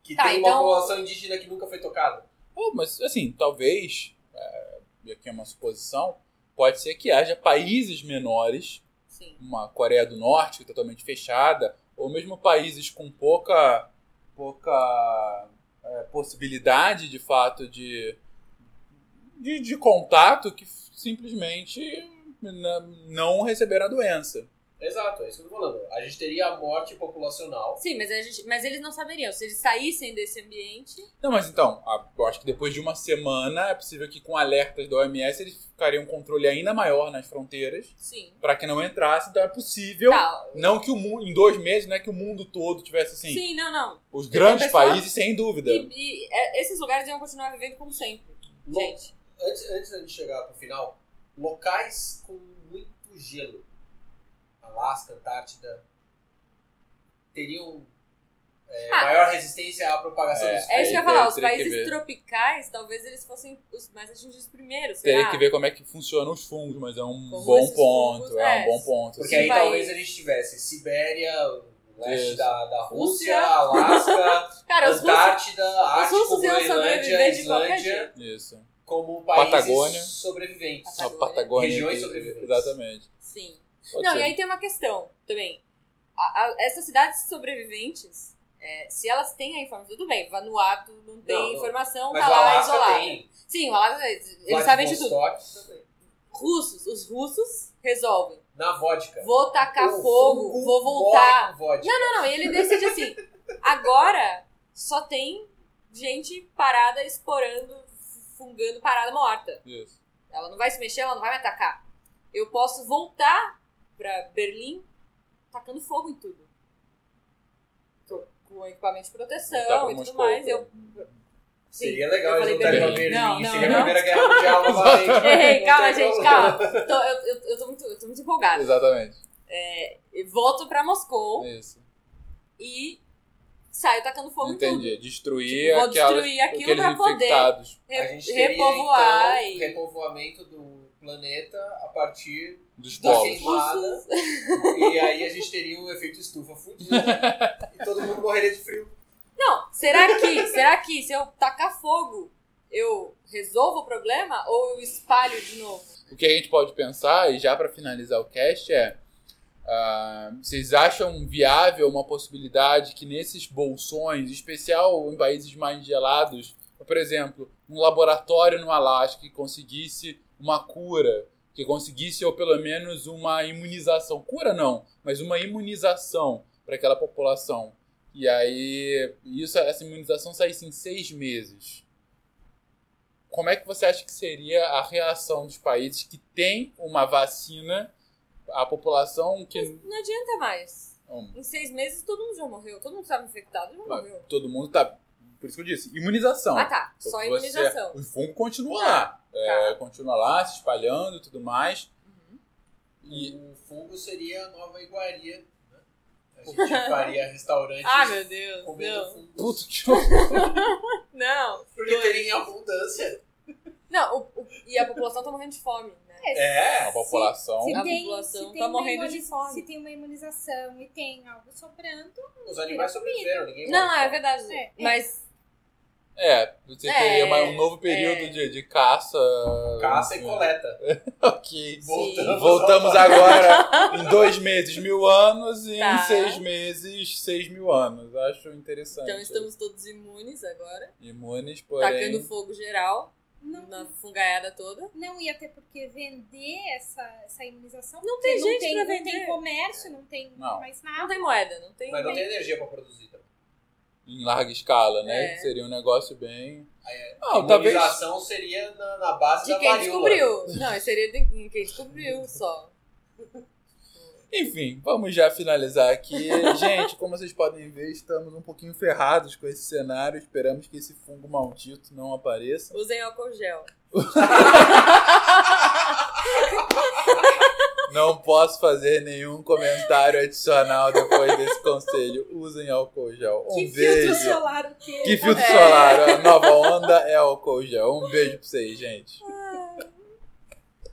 I: Que
J: Tá,
I: tem uma
J: então-
I: população indígena que nunca foi tocada.
H: Pô, mas assim, talvez, é, e aqui é uma suposição, pode ser que haja países menores,
J: Sim.
H: uma Coreia do Norte que é totalmente fechada, ou mesmo países com pouca, pouca é, possibilidade, de fato, de, de, de contato, que simplesmente n- não receberam a doença.
I: Exato, é isso que eu tô falando. A gente teria a morte populacional.
J: Sim, mas, a gente, mas eles não saberiam. Se eles saíssem desse ambiente.
H: Não, mas então, a- eu acho que depois de uma semana é possível que com alertas da OMS eles ficariam um controle ainda maior nas fronteiras
J: Sim.
H: para que não entrasse, então é possível.
J: Tá.
H: Não que o mundo, em dois meses, não é que o mundo todo tivesse assim.
J: Sim. não, não.
H: Os grandes
J: Pessoal-
H: países, sem dúvida.
J: E, e, é, esses lugares iam continuar vivendo como sempre.
I: Bom.
J: Gente,
I: Antes, antes da gente chegar pro final, locais com muito gelo, Alasca, Antártida, teriam é,
J: Ah.
I: maior resistência à propagação
H: É,
I: dos
J: é isso que eu ia
H: Aí,
J: falar.
H: teria-
J: Os
H: teria que
J: países
H: ver.
J: tropicais, talvez eles fossem os mais atingidos primeiro.
H: Teria
J: será?
H: que ver como é que funcionam os fungos, mas é um
J: Como
H: bom
J: esses
H: ponto.
J: fungos,
H: é
J: é.
H: um bom ponto.
I: Porque
H: assim.
I: aí
J: Vai.
I: talvez a gente tivesse Sibéria, o leste
H: Isso.
I: da, da Rússia,
J: Rússia.
I: Alasca,
J: [LAUGHS] Cara, os russos,
I: Antártida,
J: russos
I: Ártico,
J: iam
I: Groenlândia,
J: sobreviver de qualquer
I: Islândia,
H: assim, Isso.
I: como países
H: Patagônia.
I: sobreviventes.
H: A
J: Patagônia.
H: Patagônia.
I: Regiões
H: que-
I: sobreviventes.
H: Exatamente.
J: sim.
H: Pode
J: Não,
H: ser.
J: e aí tem uma questão também. A- a- essas cidades sobreviventes, é, se elas têm a informação, tudo bem, Vanuatu não tem
I: Não, não.
J: informação,
I: Mas
J: tá
I: o
J: lá
I: Alasca
J: isolado.
I: tem.
J: Sim, o Alasca, eles eles sabem de tudo.
I: Vladivostok também.
J: Russos, os russos resolvem.
I: Na vodka.
J: Vou tacar
I: É. O
J: fogo,
I: fungo
J: vou
I: morre
J: voltar.
I: com vodka.
J: Não, não, e ele
I: [LAUGHS]
J: decide assim. Agora só tem gente parada explorando, fungando, parada morta.
H: Isso.
J: Ela não vai se mexer, ela não vai me atacar. Eu posso voltar pra Berlim tacando fogo em tudo. Tô com equipamento de
H: Voltar
J: proteção
H: pra
J: e tudo
H: Moscou,
J: mais.
H: né?
J: Eu... Sim,
I: Seria
J: eu
I: legal eles
J: falei
I: voltarem pra
H: Berlim.
I: Berlim.
J: Não, não,
I: Seria
J: não.
I: a Primeira Guerra
J: [LAUGHS]
I: Mundial novamente.
J: Ei,
I: Não
J: calma,
I: tem
J: gente,
I: problema.
J: calma. Tô- eu, eu, eu tô muito, eu tô muito empolgada.
H: Exatamente.
J: E Volto pra Moscou
H: Isso.
J: e saio tacando fogo em tudo. Tipo,
H: Entendi. É Destruir,
J: Vou
H: aquelas-
J: destruir aquilo
H: aqueles
J: pra poder.
H: infectados.
J: Re-
I: A gente teria,
J: repovoar
I: então,
J: e-
I: repovoamento do planeta a partir
H: Dos
J: Tá
I: da
H: povos.
I: queimada. e aí a gente teria um efeito estufa fudido. né? e todo mundo morreria de frio.
J: Não, será que, será que se eu tacar fogo, eu resolvo o problema ou eu espalho de novo?
H: O que a gente pode pensar, e já para finalizar o cast, é. ah, vocês acham viável uma possibilidade que nesses bolsões, em especial em países mais gelados, por exemplo, um laboratório no Alasca que conseguisse uma cura, que conseguisse ou pelo menos uma imunização? Cura não, mas uma imunização para aquela população. E aí, isso, essa imunização saísse em seis meses como é que você acha que seria a reação dos países que têm uma vacina, a população que.
J: Não adianta mais.
H: Hum.
J: Em seis meses todo mundo já morreu, todo mundo estava infectado, já morreu.
H: Todo mundo tá. Por isso que eu disse, imunização.
J: Ah tá, só a
I: é
H: Você-
I: um
J: imunização. Tá.
H: O fungo continua lá. É, continua lá, se espalhando e tudo mais. E
I: O fungo seria a nova iguaria. né? A
J: [LAUGHS]
I: gente faria restaurantes
J: Ah, meu Deus,
I: comendo assim.
J: não.
I: fungos.
H: Puta que [LAUGHS] horror.
J: Não.
I: Porque teria em abundância.
J: Não, o- o- e a população tá morrendo de fome, né?
H: a
I: É.
H: população.
J: se-
G: Se
J: A
G: tem,
J: população
G: se tem
J: tá
G: uma
J: morrendo de
G: imuniza-
J: fome.
G: Se tem uma imunização e tem algo sobrando,
I: Os animais sobreviveram, ninguém
J: Não, não,
I: morre.
J: é verdade.
G: É.
J: Mas
H: É, você
J: É,
H: teria mais um novo período
J: é.
H: de, de caça.
I: Caça e coleta.
H: [LAUGHS] Ok.
I: Voltamos,
H: Voltamos
I: ao-
H: agora em dois meses, mil anos, e
J: Tá.
H: em seis meses, seis mil anos. Acho interessante.
J: [LAUGHS] então estamos todos imunes agora,
H: Imunes, porém.
J: tacando fogo geral
G: não,
J: na fungaiada toda.
G: não ia ter por que vender essa, essa imunização.
J: Não
G: porque
J: tem gente pra
G: Não
J: vender.
G: tem comércio, não tem
H: Não.
G: mais
J: Não
G: nada.
J: tem moeda, não tem.
I: Mas não tem energia pra produzir também.
H: Em larga escala, né?
J: É.
H: Seria um negócio bem.
I: a
H: Não, talvez.
I: imunização seria na, na base
J: De
I: da
J: quem
I: varíola.
J: descobriu. Não, seria de de quem descobriu só.
H: Enfim, vamos já finalizar
G: [LAUGHS]
H: aqui. Gente, como vocês podem ver, estamos um pouquinho ferrados com esse cenário. Esperamos que esse fungo maldito não apareça.
J: Usem álcool gel.
H: Não posso fazer nenhum comentário adicional depois desse conselho. Usem álcool gel. Um
G: Que
H: beijo.
G: filtro solar o quê?
H: é Que filtro solar. A nova onda é álcool gel. Um beijo pra vocês, gente.